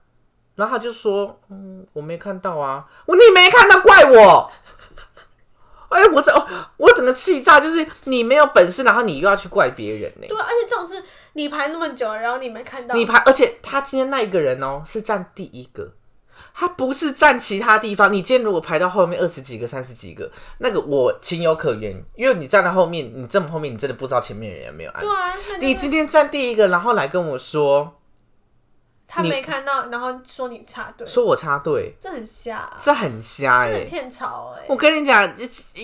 A: 然后他就说，嗯，我没看到啊，我你没看到怪我。哎、我整我整个气炸，就是你没有本事，然后你又要去怪别人呢、
B: 对啊，而啊且这种是你排那么久，然后你没看到，
A: 你排，而且他今天那一个人哦、是站第一个，他不是站其他地方。你今天如果排到后面二十几个、三十几个，那个我情有可原，因为你站在后面，你这么后面，你真的不知道前面的人有没有按
B: 对。啊，那
A: 你
B: 就是
A: 今天站第一个，然后来跟我说
B: 他
A: 你
B: 没看到，然后说你插队，
A: 说我插队，
B: 这很瞎啊、
A: 这很瞎哎、
B: 这很欠吵哎、
A: 我跟你讲，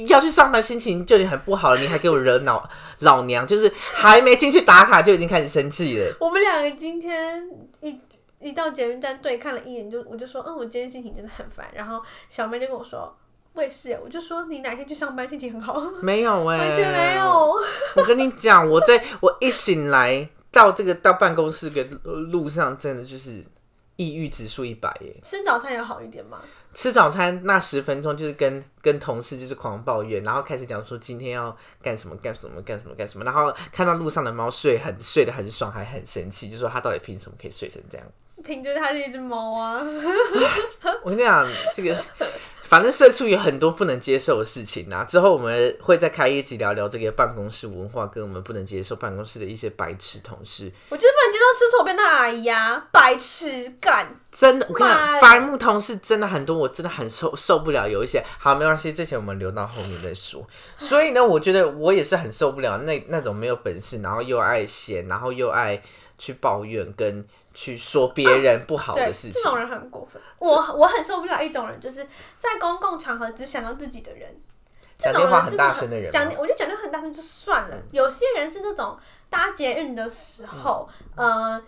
A: 要去上班心情就已经很不好了，你还给我惹恼老娘， 就是还没进去打卡就已经开始生气了。
B: 我们两个今天一一到捷运站对看了一眼，就我就说，嗯，我今天心情真的很烦。然后小妹就跟我说，我也是，我就说你哪天去上班心情很好，
A: 没有哎、
B: 完全没。有。
A: 我跟你讲，我在我一醒来到这个到办公室的路上，真的就是抑郁指数一百耶。
B: 吃早餐有好一点吗？
A: 吃早餐那十分钟就是跟跟同事就是狂抱怨，然后开始讲说今天要干什么干什么干什么干什么，然后看到路上的猫睡很睡得很爽，还很生气，就说它到底凭什么可以睡成这样？
B: 凭着它是一只猫啊，
A: 我跟你讲，这个反正社畜有很多不能接受的事情啊。之后我们会再开一集聊聊这个办公室文化，跟我们不能接受办公室的一些白痴同事。
B: 我就是不能接受吃错便当的阿姨啊，白痴干。
A: 真的，我跟你讲，
B: 妈
A: 白目同事真的很多，我真的很受受不了。有一些好没关系，这些我们留到后面再说。所以呢，我觉得我也是很受不了那那种没有本事，然后又爱闲，然后又爱去抱怨跟去说别人不好
B: 对，
A: 的事情
B: 这。种人很过分。我我很受不了一种人，就是在公共场合只想到自己的人。这
A: 讲
B: 种
A: 电话
B: 人
A: 很
B: 真
A: 大
B: 的
A: 声的人吗哦嗯
B: 讲我就讲电话很大声就算了。有些人是那种搭捷运的时候，
A: 嗯
B: 呃，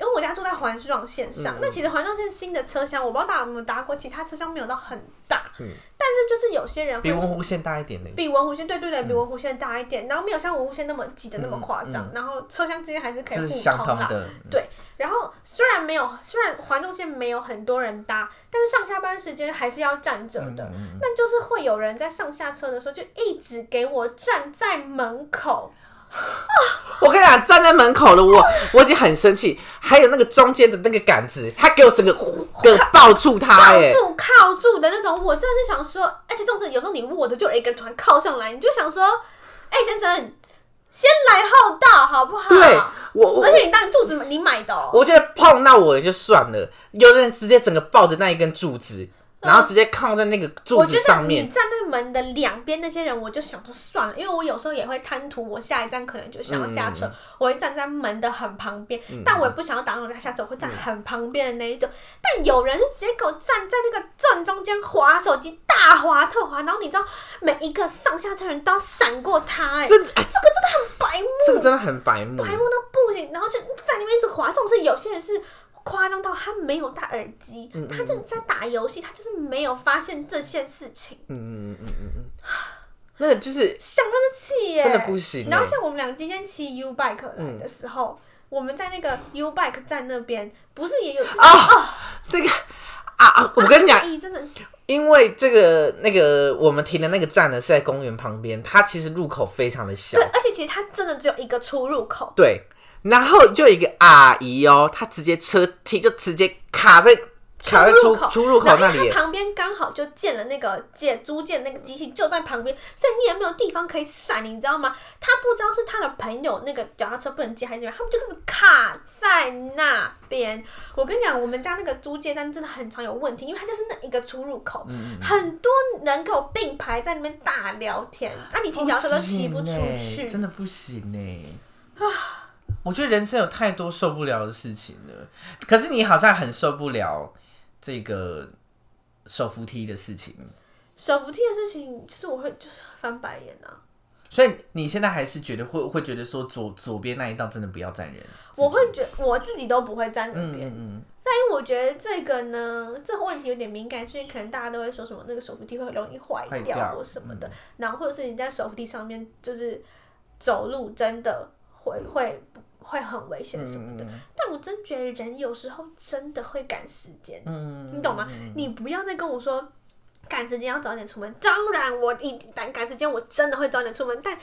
B: 因为我家住在环状线上，那其实环状线新的车厢，我不知道大家有没有搭过，其他车厢没有到很大，但是就是有些人
A: 嗯比嗯
B: 会
A: 文湖线大一点的，
B: 比文湖线对对对，比文湖线大一点，然后没有像文湖线那么挤的那么夸张，然后车厢之间还是可以
A: 这
B: 互
A: 嗯是相
B: 通
A: 通
B: 啦。
A: 的。
B: 对，然后虽然没有，虽然环状线没有很多人搭，但是上下班时间还是要站
A: 嗯
B: 着的。那就是会有人在上下车的时候就一直给我站在门口，
A: 我跟你讲，站在门口的我，我已经很生气。还有那个中间的那个杆子，他给我整个个抱住他、
B: 靠
A: 哎，
B: 住靠住的那种。我真的是想说，而且就是有时候你握着就有一个人突然靠上来，你就想说，哎、先生，先来后到好不好？
A: 对我我
B: 而且你当柱子你买的、哦，
A: 我觉得碰到我也就算了，有的人直接整个抱着那一根柱子，
B: 嗯
A: 然后直接靠在那个柱
B: 我觉
A: 子
B: 得
A: 上
B: 你
A: 面。
B: 站在门的两边那些人，我就想说算了，因为我有时候也会贪图我下一站可能就想要下
A: 嗯
B: 车，我会站在门的很旁边，但我也不想要打扰人家下车，我会站很旁边的那一种。但有人是直接给我站在那个正中间滑手机，大滑特滑，然后你知道每一个上下车人都要闪过他、哎，
A: 这
B: 这
A: 哎
B: 个真的很白目，
A: 这个真的很白目，
B: 白目到不行，然后就在那边一直滑。重是有些人是夸张到他没有戴耳机，
A: 嗯
B: 他就是在打游戏，他就是没有发现这件事情，
A: 那个就是
B: 想到就气耶，
A: 真的不行欸嗯
B: 然后像我们俩今天骑 U bike 来的时候。我们在那个 U bike 站那边，不是也有就是啊，
A: 这个啊啊！我跟你讲
B: 阿，姨真的
A: 因为这个那个我们停的那个站呢是在公园旁边，它其实入口非常的小
B: 对，，而且其实它真的只有一个出入口，
A: 对。然后就有一个阿姨哦，她直接车梯就直接卡在卡在出
B: 口
A: 出入口那
B: 然后因为
A: 里
B: 它，旁边刚好就建了那个借租借那个机器就在旁边，所以你也没有地方可以闪，你知道吗？他不知道是他的朋友那个脚踏车不能借还是怎么样，他们就是卡在那边。我跟你讲，我们家那个租借单真的很常有问题，因为它就是那一个出入口，
A: 嗯
B: 很多人口并排在那边大聊天，那、你骑脚踏车都骑不出
A: 行欸
B: 去，
A: 真的不行呢、我觉得人生有太多受不了的事情了，可是你好像很受不了这个手扶梯的事情，
B: 手扶梯的事情，就是我会就是翻白眼啊。
A: 所以你现在还是觉得会会觉得说左左边那一道真的不要站人，是
B: 我
A: 不是
B: 会觉我自己都不会站那边，
A: 嗯嗯
B: 但因为我觉得这个呢，这个问题有点敏感，所以可能大家都会说什么那个手扶梯会容易坏
A: 坏
B: 掉
A: 掉
B: 或什么的，然后或者是你在手扶梯上面就是走路真的会会会很危险什么
A: 嗯
B: 的。但我真觉得人有时候真的会赶时间，
A: 嗯
B: 你懂吗？你不要再跟我说赶时间要早点出门，当然我一赶赶时间我真的会早点出门，但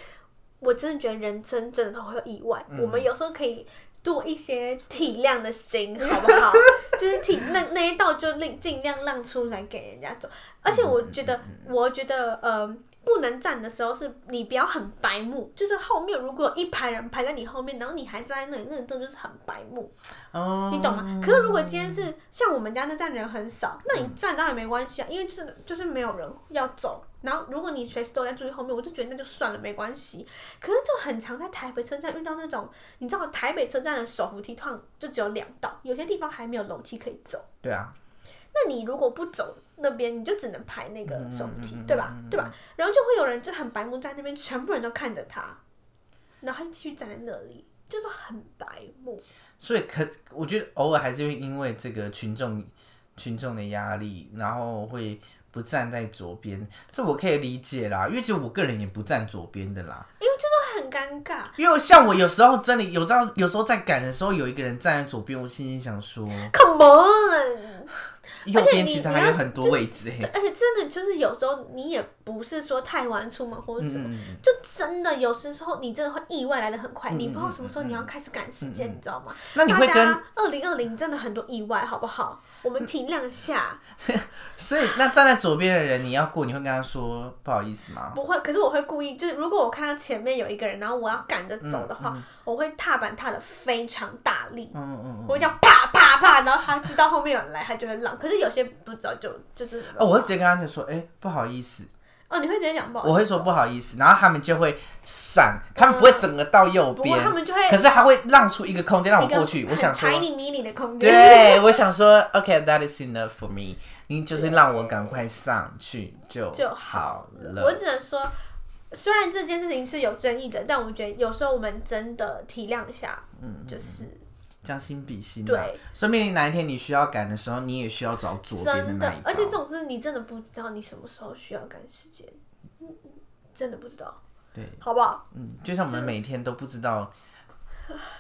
B: 我真的觉得人生真的都会有意外，
A: 嗯
B: 我们有时候可以多一些体谅的心，好不 好？就是体那那一道就尽尽量让出来给人家走，而且我觉
A: 嗯
B: 得，我觉得，呃，不能站的时候是你不要很白目，就是后面如果有一排人排在你后面，然后你还站在那里，那种就是很白目。
A: 嗯，哦，
B: 你懂吗？可是如果今天是像我们家那站人很少，那你站当然没关系啊，因为就是就是没有人要走。然后如果你随时都在注意后面，我就觉得那就算了，没关系。可是就很常在台北车站遇到那种，你知道台北车站的手扶梯通常就只有两道，有些地方还没有楼梯可以走。
A: 对啊，
B: 那你如果不走那边，你就只能排那个手扶梯，对吧？对吧？然后就会有人就很白目在那边，全部人都看着他，然后他就继续站在那里，就是很白目。
A: 所以可我觉得偶尔还是会因为这个群众群众的压力，然后会不站在左边，这我可以理解啦，因为其实我个人也不站左边的啦。
B: 因为这都很尴尬。
A: 因为像我有时候真的有这样，有时候在赶的时候，有一个人站在左边，我心里想 说，
B: Come on，
A: 右
B: 且
A: 边
B: 你
A: 其实
B: 你
A: 还
B: 要
A: 有很多位置、欸。
B: 而且真的就是有时候你也不是说太晚出门或者什么，
A: 嗯，
B: 就真的有时候你真的会意外来的很快，
A: 嗯
B: 你不知道什么时候你要开始赶时间，你知道吗？
A: 那你会
B: 大
A: 跟嗯
B: 家二零二零真的很多意外，好不好？我们体谅下，
A: 所以那站在左边的人，你要过，你会跟他说不好意思吗？
B: 不会。可是我会故意，就是如果我看到前面有一个人，然后我要赶着走的话，我会踏板踏的非常大力，
A: 嗯嗯嗯。
B: 我会这样啪啪啪，然后他知道后面有人来，他就会让。可是有些不知道就就是
A: 哦，我会直接跟他们说，哎、不好意思，
B: 哦，你会直接讲不好意思，
A: 我会说不好意思，然后他们就会闪，他们不会整个到右
B: 不过
A: 边，
B: 他们就会
A: 可是他会让出一个空间让我
B: 哎一个
A: 过去。我
B: 很
A: 想说，
B: tiny mini 的空间，
A: 对，我想说，OK，that、is enough for me。你就是让我赶快上去就
B: 就
A: 好
B: 我
A: 了。
B: 只能说，虽然这件事情是有争议的，但我觉得有时候我们真的体谅一下，嗯，就是
A: 将心比心嘛
B: 对，
A: 说不定哪一天你需要赶的时候，你也需要找左边
B: 真
A: 那一
B: 的，而且这
A: 道
B: 种事你真的不知道你什么时候需要赶时间，嗯真的不知道，
A: 对，
B: 好不好？
A: 嗯，就像我们每天都不知道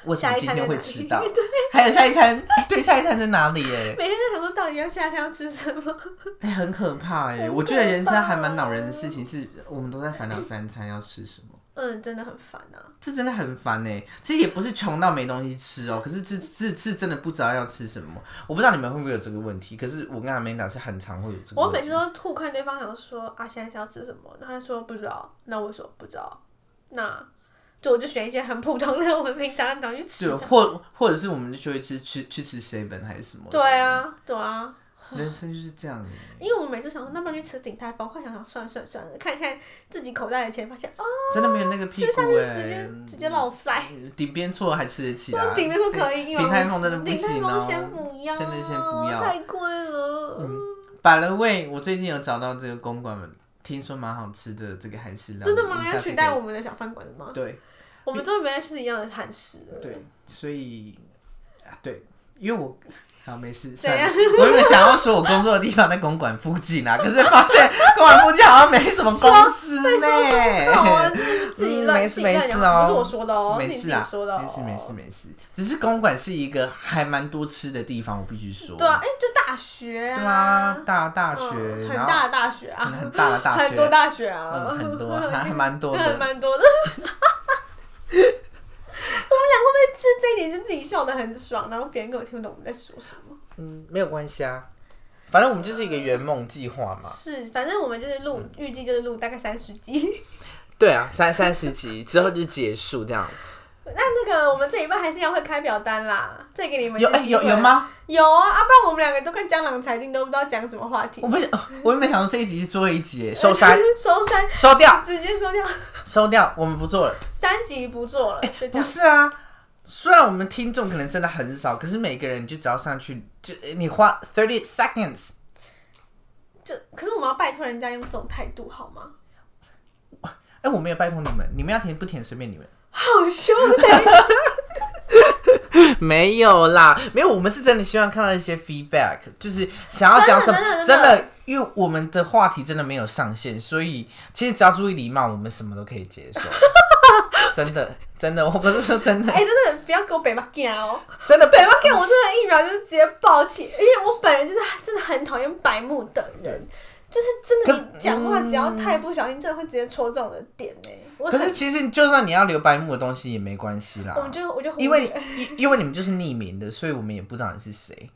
A: 为什
B: 下
A: 么
B: 一
A: 今天
B: 餐在
A: 会
B: 哪
A: 迟
B: 里
A: 到
B: ，对，
A: 还有下一餐， 对，下一餐在哪里、耶？
B: 每天在想说到底要下一餐要吃什么，
A: 哎、很可怕哎、
B: 很
A: 我觉得
B: 可
A: 人生还
B: 怕
A: 蛮恼人的事情是，我们都在烦恼三餐要吃什么，
B: 嗯，真的很烦啊。
A: 这真的很烦哎、其实也不是穷到没东西吃哦、可是这这这真的不知道要吃什么。我不知道你们会不会有这个问题，可是我跟阿美达是很常会有这个
B: 我
A: 问题。
B: 每次都吐看对方，想说啊，现在是要吃什么？然后他说不知道，那我说不知道，那就我就选一些很普通的，我们平常很常去吃
A: 对，
B: 的。
A: 或或者是我们就会吃去去吃 seven 还是什么？
B: 对，啊，对啊。
A: 人生就是这样、欸。
B: 因为我每次想说，那不然去吃鼎泰丰，后来想想算了算了算了，看一看自己口袋的钱，发现哦，
A: 真的没有那个屁
B: 吃下
A: 股
B: 去
A: 哎、
B: 直接直接落塞。
A: 顶边错还吃得起啊？
B: 顶泰丰可以，因为
A: 顶泰丰真的不
B: 顶泰
A: 行
B: 丰
A: 哦
B: 先不要，
A: 真的先不要嗯
B: 太贵了。
A: 百了味，我最近有找到这个公馆，听说蛮好吃的这个韩式料理。
B: 真的
A: 我
B: 吗？
A: 们
B: 要
A: 下次
B: 取
A: 可
B: 代
A: 以
B: 我们的小饭馆了吗？
A: 对
B: 我们终于不再吃一样的韩食了。
A: 对，所以啊对，因为我好没事，
B: 怎
A: 算了
B: 样。
A: 我原本想要说我工作的地方在公馆附近啊，可是发现公馆附近好像没什么公司
B: 好啊，
A: 呢。
B: 自己
A: 嗯
B: 乱
A: 没事
B: 自己乱
A: 没事
B: 讲话不是
A: 哦
B: 我说的哦，是
A: 没
B: 你自
A: 事
B: 己
A: 啊
B: 说的，，
A: 没事没事。没事，只是公馆是一个还蛮多吃的地方，我必须说。
B: 对啊，哎，就大学
A: 对
B: 啊
A: 啊，，大大学，
B: 嗯
A: 然
B: 很
A: 后
B: 大的大学啊，
A: 很大的大学，
B: 很多大学啊，
A: 嗯，很多，还还蛮多
B: 还
A: 的。
B: 蛮多的。我们俩会不会就这一点就自己笑得很爽，然后别人根本听不懂我们在说什么？
A: 嗯，没有关系啊，反正我们就是一个圆梦计划 嘛。
B: 是，反正我们就是
A: 嗯
B: 录，预计就是录大概三十集。
A: 对啊，三三十集之后就结束这样。
B: 那那个我们这一半还是要会开表单啦，再给你们一
A: 有
B: 次
A: 哎、
B: 机
A: 有
B: 会
A: 有？吗？
B: 有啊，啊不然我们两个都跟江郎才尽，都不知道讲什么话题
A: 我。不想， 我原本想说这一集是最后一 集耶，哦收山
B: 收山，
A: 收掉
B: 直接收掉，
A: 收掉，我们不做了。
B: 三集不做了，就这
A: 不
B: 样。
A: 是啊，虽然我们听众可能真的很少，可是每个人你就只要上去，就你花 thirty seconds，
B: 就可是我们要拜托人家用这种态度好吗？
A: 哎、我没有拜托你们，你们要填不填随便你们。
B: 好凶 哎的。
A: 没有啦，没有，我们是真的希望看到一些 feedback，就是想要讲什么，
B: 真的
A: 真
B: 真的真的
A: 的，因为我们的话题真的没有上限，所以其实只要注意礼貌，我们什么都可以接 受。真的，真的，我不是说真的
B: 哎、，真的不要给我北巴干哦！
A: 真的
B: 北
A: 被
B: 巴干，我真的一秒就是直接爆气，因为我本人就是真的很讨厌白目的人，就是真
A: 可
B: 的
A: 是嗯
B: 你讲话只要太不小心，真的会直接戳中我的点呢、我
A: 可
B: 很
A: 是其实就算你要留白目的东西也没关系啦
B: 我，就我就忽略
A: 因为因因为你们就是匿名的，所以我们也不知道你是谁。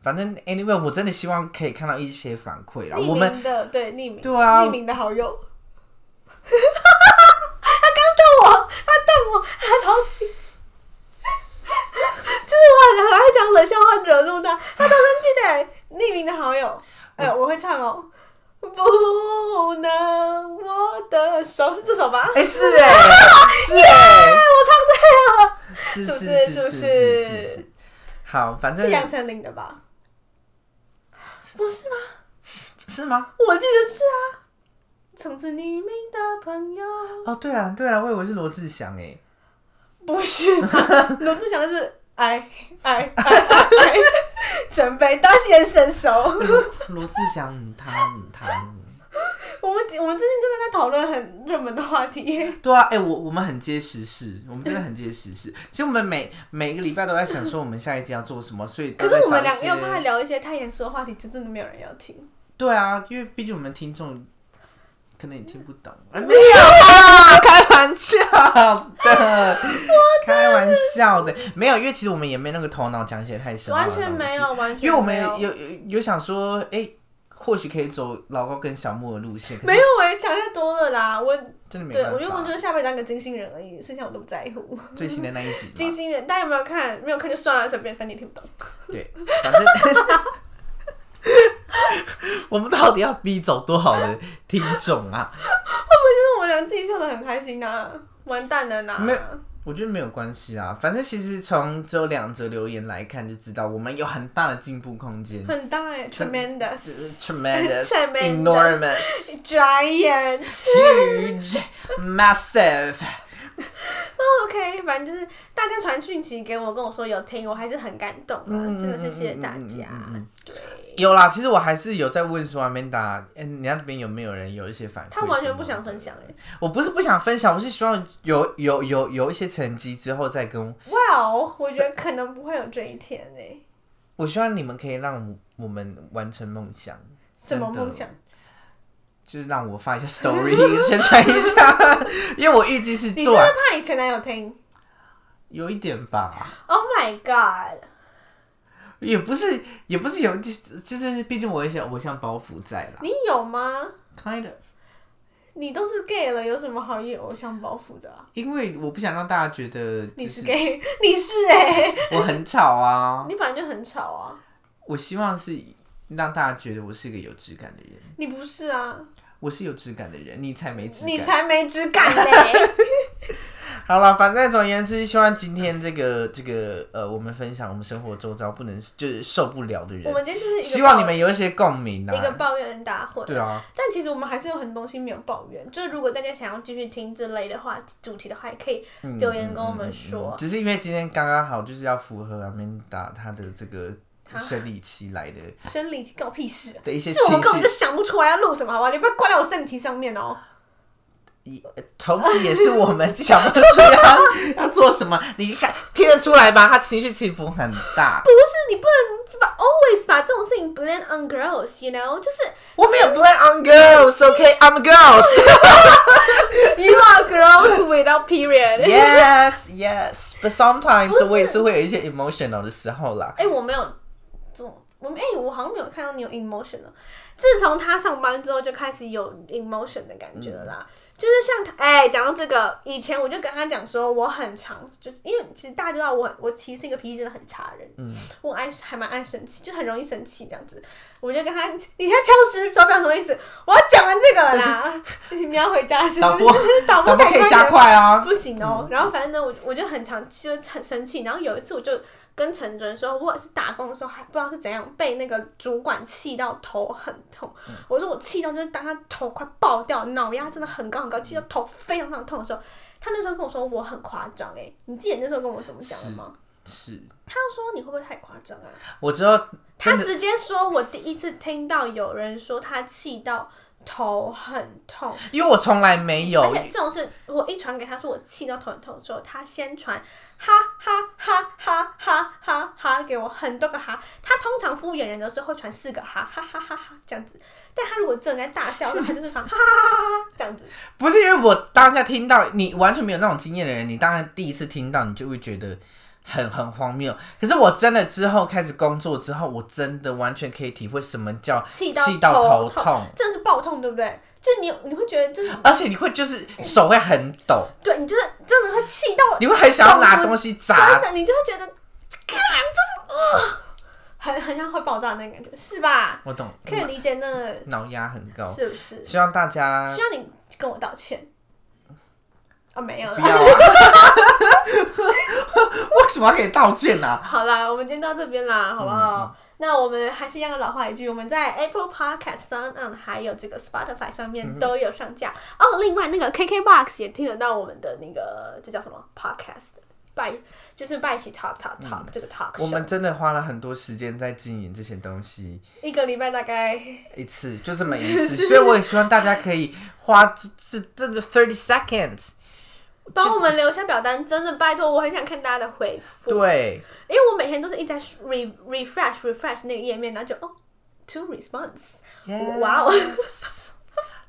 A: 反正 anyway，我真的希望可以看到一些反馈啦。
B: 匿
A: 我们
B: 名的对匿名
A: 对啊
B: 匿名的好友， 他刚瞪我，他瞪我，他超级。 就是我很爱讲冷笑话惹怒他，他超生气的。匿名的好友，
A: 嗯
B: 哎、我会唱哦，不能我的手是这首吧？
A: 哎、 是哎、是哎、
B: 我唱对了，
A: 是
B: 是不
A: 是
B: 是
A: 是
B: 是不
A: 是
B: 是
A: 是好，反正
B: 是杨丞琳的吧？不是吗？
A: 是吗？
B: 我记得是啊。从此匿名的朋友，
A: 哦，对了对了，我以为是罗志祥 哎，
B: 不是吧，罗志祥是哎哎哎哎，哎准备大显身手。
A: 罗志祥，嗯他嗯他。嗯
B: 我们我们最近真的在讨论很热门的话题，
A: 对啊，哎、我我们很接时事，我们真的很接时事。其实我们每每一个礼拜都在想说我们下一季要做什么，所以
B: 可
A: 都
B: 是
A: 在
B: 我们
A: 找一
B: 两个又
A: 些
B: 怕聊一些太严肃的话题，就真的没有人要听。
A: 对啊，因为毕竟我们听众可能也听不懂，哎没有啊，开玩笑的，开玩笑的，没有，因为其实我们也没那个头脑讲一些太深，
B: 完全没，有，完全
A: 因为我们
B: 没
A: 有
B: 有。
A: 有有想说，哎、或许可以走老高跟小莫的路线，可
B: 没
A: 是
B: 有，我也想太多了啦。我
A: 真的没
B: 对
A: 办
B: 我觉得我就
A: 法。
B: 是下辈子当个金星人而已，剩下我都不在乎。
A: 最新的那一集
B: 金
A: 嘛，
B: 星人，大家有没有看？没有看就算了，随便，反正你听不懂。
A: 对，反正 我们到底要逼走多少的听众啊？
B: 因为我俩自己笑得很开心呐、完蛋了呐！
A: 没有我觉得没有关系啊，反正其实从只有两则留言来看就知道，我们有很大的进步空 间。
B: 很大哎、t r e m e n d o u
A: 就是
B: s
A: 呃 Tremendous,
B: Tremendous
A: enormous,
B: giant。
A: huge, massive。
B: OK，反正就是大家传讯息给我，跟我说有听，我还是很感动啊，
A: 嗯
B: 真的是谢谢大家。
A: 有啦，其实我还是有在问说 Amanda，嗯、你那边有没有人有一些反馈？
B: 他完全不想分。享哎、
A: 我不是不想分享，我是希望有有有有一些成绩之后再跟我，
B: 哇哦，我觉得可能不会有这一天哎、
A: 我希望你们可以让我们完成梦想。
B: 什么
A: 真的
B: 梦想？
A: 就是让我发一下 story 宣传一下， 因为我预计是
B: 你是
A: 做
B: 不是
A: 完
B: 怕你前男友听
A: 有一点吧，
B: ？Oh my god！
A: 也不是也不是有，就是就是毕竟我有一些偶像包袱在啦
B: 你有吗？
A: ，kind of，
B: 你都是 gay 了，有什么好有偶像包袱的啊、
A: 因为我不想让大家觉得
B: 你
A: 就是是
B: gay，你 是哎、
A: 我很吵啊，
B: 你本来就很吵啊，
A: 我希望是让大家觉得我是个有质感的人，
B: 你不是啊，
A: 我是有质感的人，你才没质
B: 你
A: 感。
B: 才没质感 嘞。
A: 好了，反正总而言之，希望今天这个这个呃，我们分享我们生活周遭不能就是受不了的
B: 我
A: 人，
B: 们今天就是一个
A: 希望
B: 抱
A: 你们有一些共鸣
B: 一个
A: 啊，
B: 抱怨大会。
A: 对啊。
B: 但其实我们还是有很多东西没有抱怨，就是如果大家想要继续听这类的话主题的话，也可以留言跟我们说。
A: 嗯只是因为今天刚刚好就是要符合阿曼达她的这个
B: 啊
A: 生理期来的
B: 生理期关我屁事啊！
A: 嗯的一些
B: 是我
A: 情
B: 根本就
A: 绪，
B: 想不出来要录什么，好吧？你不要怪在我生理期上面 哦。
A: 同时也是我们 想不出要要做什么。你看听得出来吧？她情绪起伏很大。
B: 不是你不能把 always 把这种事情 blame on girls，you know？就是
A: 我没有 blame on girls，OK，I'm、girls。
B: you are girls without period。
A: Yes, yes, but sometimes
B: 不是
A: 我也是会有一些 emotional 的时候啦。
B: 哎、我没有这种，我哎、我好像没有看到你有 emotion 了。自从他上班之后，就开始有 emotion 的感觉了啦。就是像他，哎、讲到这个，以前我就跟他讲说，我很常就是因为其实大家知道我，我其实是一个脾气真的很差的人，嗯，我爱还蛮爱生气，就很容易生气这样子。我就跟他，你在敲时钟表什么意思？我要讲完这个了啦， 你要回家是不是？
A: 导播导
B: 导播
A: 播可以
B: 快
A: 加
B: 点
A: 快啊。
B: 不行哦。然后反正呢，我我就很常就是很生气。然后有一次我就跟陈主任说，我也是打工的时候还不知道是怎样被那个主管气到头很痛。
A: 嗯
B: 我说我气到就是当他头快爆掉，脑压真的很高很高，气到头非常非常痛的时候，他那时候跟我说我很夸张哎，你记得你那时候跟我怎么讲的吗？
A: 是
B: 他就说你会不会太夸张啊？
A: 我之后
B: 他
A: 真的
B: 直接说我第一次听到有人说他气到头很痛。
A: 因为我从来没有
B: 而，且这种事，我一传给他说我气到头很痛之后，他先传哈哈哈哈哈哈哈给我很多个哈。他通常敷衍人的时候会传四个哈哈哈哈哈这样子，但他如果正在大笑，那他就是传哈哈哈哈哈这样子。
A: 不是因为我当下听到你完全没有那种经验的人，你当然第一次听到你就会觉得很很荒谬。可是我真的之后开始工作之后，我真的完全可以体会什么叫
B: 气到
A: 气到
B: 头
A: 头
B: 痛
A: 痛，
B: 真的是爆痛，对不对？就你你会觉得就是
A: 而且你会就是手会很抖，
B: 对你就是真的会气到
A: 你会很想要拿东西
B: 真
A: 砸。
B: 的，你就会觉得，干就是啊、很很像会爆炸的那个感觉，是吧？
A: 我懂，
B: 可以理解那个
A: 脑压很高，
B: 是不是？
A: 希望大家
B: 希望你跟我道歉。啊、没有
A: 不
B: 啦。
A: 要、啊。 为什么要给你道歉呢、啊？
B: 好啦，我们今天到这边啦，好不
A: 嗯
B: 好？那我们还是一样的老话一句，我们在 Apple Podcast、Sound On 还有这个 Spotify 上
A: 嗯
B: 面都有上架、哦。另外那个 KKBox 也听得到我们的那个这叫什么 Podcast 拜，就是拜起 talk talk talk、这个 talk show。
A: 嗯我们真的花了很多时间在经营这些东西，
B: 一个礼拜大概
A: 一次就这么一次， 所以我也希望大家可以花这这这这 thirty seconds，
B: 帮我们留下表单，真的拜托，我很想看大家的回复。，
A: 对，
B: 因为我每天都是一直在 re refresh refresh 那个页面，然后就哦，two response，哇哦
A: Yes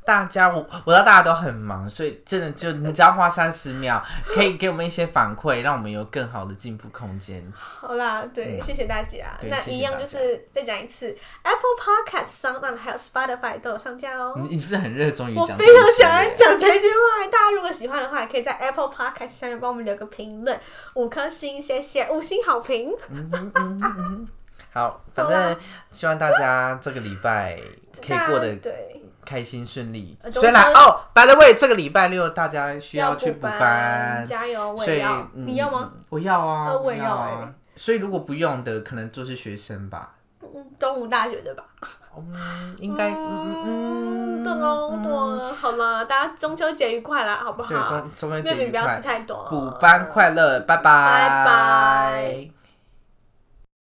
A: 大家，我我知道大家都很忙，所以真的就你只要花三十 秒，可以给我们一些反馈，让我们有更好的进步空间。
B: 好啦，对，谢谢大家。
A: 嗯对
B: 那
A: 谢谢
B: 一样
A: 大
B: 就
A: 家
B: 是再讲一次，Apple Podcast、Sound On 还有 Spotify 都有上架哦。
A: 嗯你你是不是很热衷于
B: 我
A: 讲这些？
B: 非常想要讲这句话，大家如果喜欢的话，也可以在 Apple Podcast 下面帮我们留个评论，五颗星，谢谢，五星好评。
A: 好，反
B: 好
A: 正希望大家这个礼拜可以过
B: 大
A: 得
B: 家对，
A: 开心顺利。
B: 呃中
A: 虽然
B: 秋
A: 哦，by the way，这个礼拜六大家需去
B: 补
A: 班，
B: 加油，我
A: 所
B: 也
A: 以
B: 要，
A: 嗯
B: 你要吗？？
A: 我要啊，
B: 呃我也
A: 要
B: 要
A: 啊。所以如果不用的，可能就是学生吧。
B: 嗯东吴大学对吧？
A: 嗯，应该嗯嗯
B: 嗯，
A: 嗯，
B: 对喽，对咯好了，大家中秋节愉快啦，好不
A: 对
B: 好？
A: 中中秋
B: 月
A: 节
B: 饼
A: 愉
B: 不要
A: 快
B: 吃。太多，
A: 补班快乐，拜拜
B: 拜拜